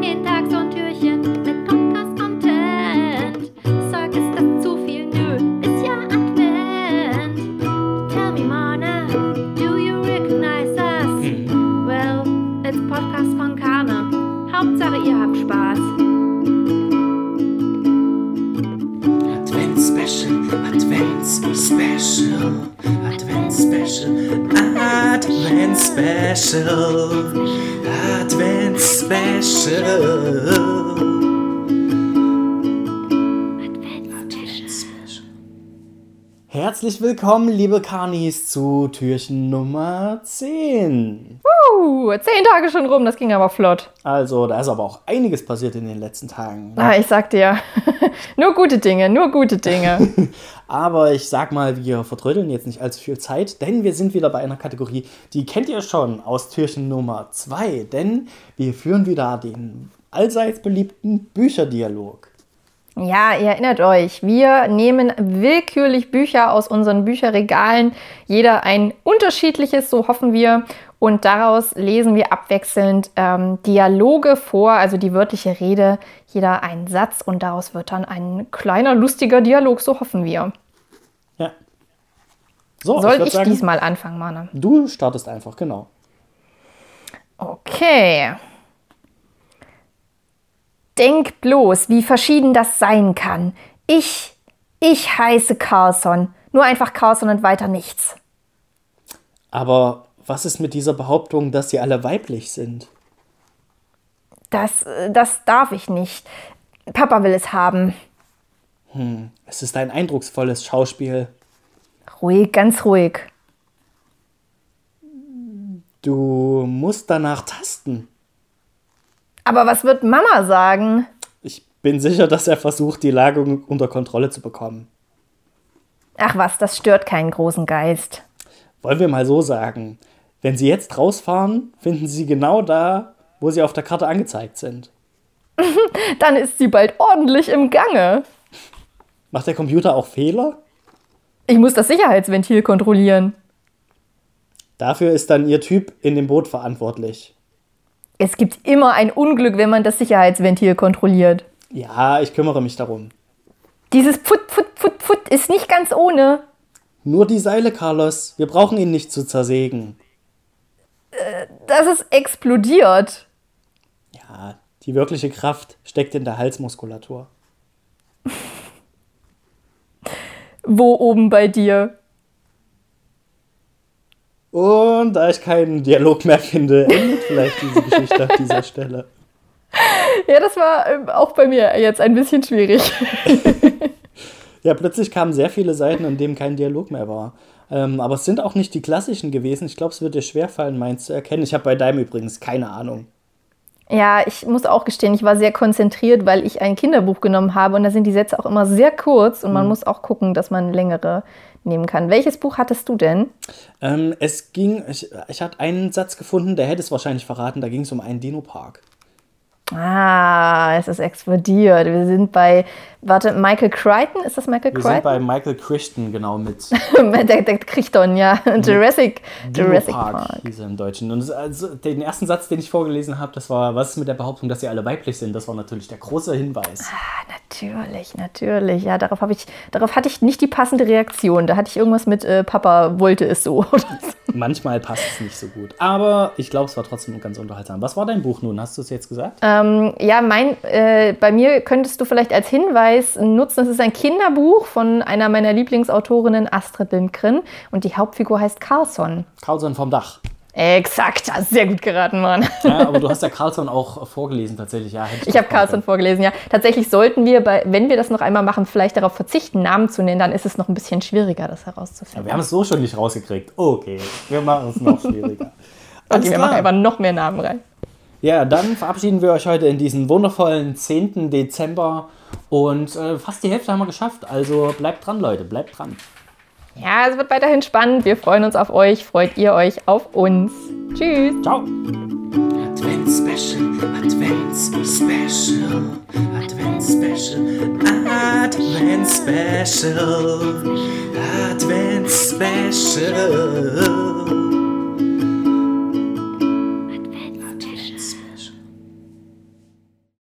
Jeden Tag so ein Türchen mit Podcast-Content. Sag, ist das zu viel? Nö, ist ja Advent. Tell me, Mona, do you recognize us? Well, it's Podcast von Karne. Hauptsache, ihr habt Spaß. Advent Special, Advent Special, Advent Special, Advent Special, Advent Special. Herzlich willkommen, liebe Kanis, zu Türchen Nummer 10. Uh, zehn Tage schon rum, das ging aber flott. Also, da ist aber auch einiges passiert in den letzten Tagen. Ah, ich sag dir, nur gute Dinge, nur gute Dinge. Aber ich sag mal, wir vertrödeln jetzt nicht allzu viel Zeit, denn wir sind wieder bei einer Kategorie, die kennt ihr schon aus Türchen Nummer 2, denn wir führen wieder den allseits beliebten Bücherdialog. ja, ihr erinnert euch, wir nehmen willkürlich Bücher aus unseren Bücherregalen, jeder ein unterschiedliches, so hoffen wir, und daraus lesen wir abwechselnd ähm, Dialoge vor, also die wörtliche Rede, jeder einen Satz und daraus wird dann ein kleiner, lustiger Dialog, so hoffen wir. Ja. So, Soll Oh, würd ich diesmal anfangen, Mane? du startest einfach, genau. Okay. Denk bloß, wie verschieden das sein kann. Ich, ich heiße Carlson. Nur einfach Carlson und weiter nichts. Aber was ist mit dieser Behauptung, dass sie alle weiblich sind? Das, äh, das darf ich nicht. Papa will es haben. Es ist ein eindrucksvolles Schauspiel. Ruhig, ganz ruhig. Du musst danach tasten. Aber was wird Mama sagen? Ich bin sicher, dass er versucht, die Lage unter Kontrolle zu bekommen. Ach was, das stört keinen großen Geist. Wollen wir mal so sagen, wenn Sie jetzt rausfahren, finden Sie genau da, wo Sie auf der Karte angezeigt sind. Dann ist sie bald ordentlich im Gange. Macht der Computer auch Fehler? Ich muss das Sicherheitsventil kontrollieren. Dafür ist dann Ihr Typ in dem Boot verantwortlich. Es gibt immer ein Unglück, wenn man das Sicherheitsventil kontrolliert. Ja, ich kümmere mich darum. Dieses Pfut, Pfut, Pfut, Pfut ist nicht ganz ohne. Nur die Seile, Carlos. Wir brauchen ihn nicht zu zersägen. Das ist explodiert. Ja, die wirkliche Kraft steckt in der Halsmuskulatur. Wo oben bei dir? Und da ich keinen Dialog mehr finde, endet vielleicht diese Geschichte an dieser Stelle. Ja, das war ähm, auch bei mir jetzt ein bisschen schwierig. Ja, plötzlich kamen sehr viele Seiten, in denen kein Dialog mehr war. Ähm, aber es sind auch nicht die klassischen gewesen. Ich glaube, es wird dir schwerfallen, meins zu erkennen. Ich habe bei deinem übrigens keine Ahnung. Ja, ich muss auch gestehen, ich war sehr konzentriert, weil ich ein Kinderbuch genommen habe und da sind die Sätze auch immer sehr kurz und man muss auch gucken, dass man längere nehmen kann. Welches Buch hattest du denn? Ähm, es ging, ich, ich hatte einen Satz gefunden, der hätte es wahrscheinlich verraten. Da ging es um einen Dino-Park. Ah, es ist explodiert. Wir sind bei, warte, Michael Crichton? Ist das Michael Wir sind Crichton? bei Michael Crichton, genau, mit der, der Crichton, ja. Jurassic, Jurassic Park. Dino-Park, hieß er im Deutschen. Und es, also, den ersten Satz, den ich vorgelesen habe, das war, was ist mit der Behauptung, dass sie alle weiblich sind? Das war natürlich der große Hinweis. Natürlich, natürlich. Ja, darauf habe ich, darauf hatte ich nicht die passende Reaktion. Da hatte ich irgendwas mit äh, Papa wollte es so oder so. Manchmal passt es nicht so gut. Aber ich glaube, es war trotzdem ganz unterhaltsam. Was war dein Buch nun? Hast du es jetzt gesagt? Ähm, ja, mein, äh, bei mir könntest du vielleicht als Hinweis nutzen, es ist ein Kinderbuch von einer meiner Lieblingsautorinnen, Astrid Lindgren. Und die Hauptfigur heißt Carlson. Carlson vom Dach. Exakt, hast sehr gut geraten, Mann. Ja, aber du hast ja Carlson auch vorgelesen tatsächlich. Ja, hätte Ich habe doch machen Carlson vorgelesen, ja. Tatsächlich sollten wir, bei, wenn wir das noch einmal machen, vielleicht darauf verzichten, Namen zu nennen. Dann ist es noch ein bisschen schwieriger, das können. herauszufinden. Wir haben es so schon nicht rausgekriegt. Okay, wir machen es noch schwieriger. Alles okay, wir klar. machen einfach noch mehr Namen rein. Ja, dann verabschieden wir euch heute in diesen wundervollen 10. Dezember. Und äh, fast die Hälfte haben wir geschafft. Also bleibt dran, Leute, bleibt dran. Ja, es wird weiterhin spannend. Wir freuen uns auf euch. Freut ihr euch auf uns? Tschüss. Ciao. Advents Special, Advents Special, Advents Special, Advents Special, Advents Special.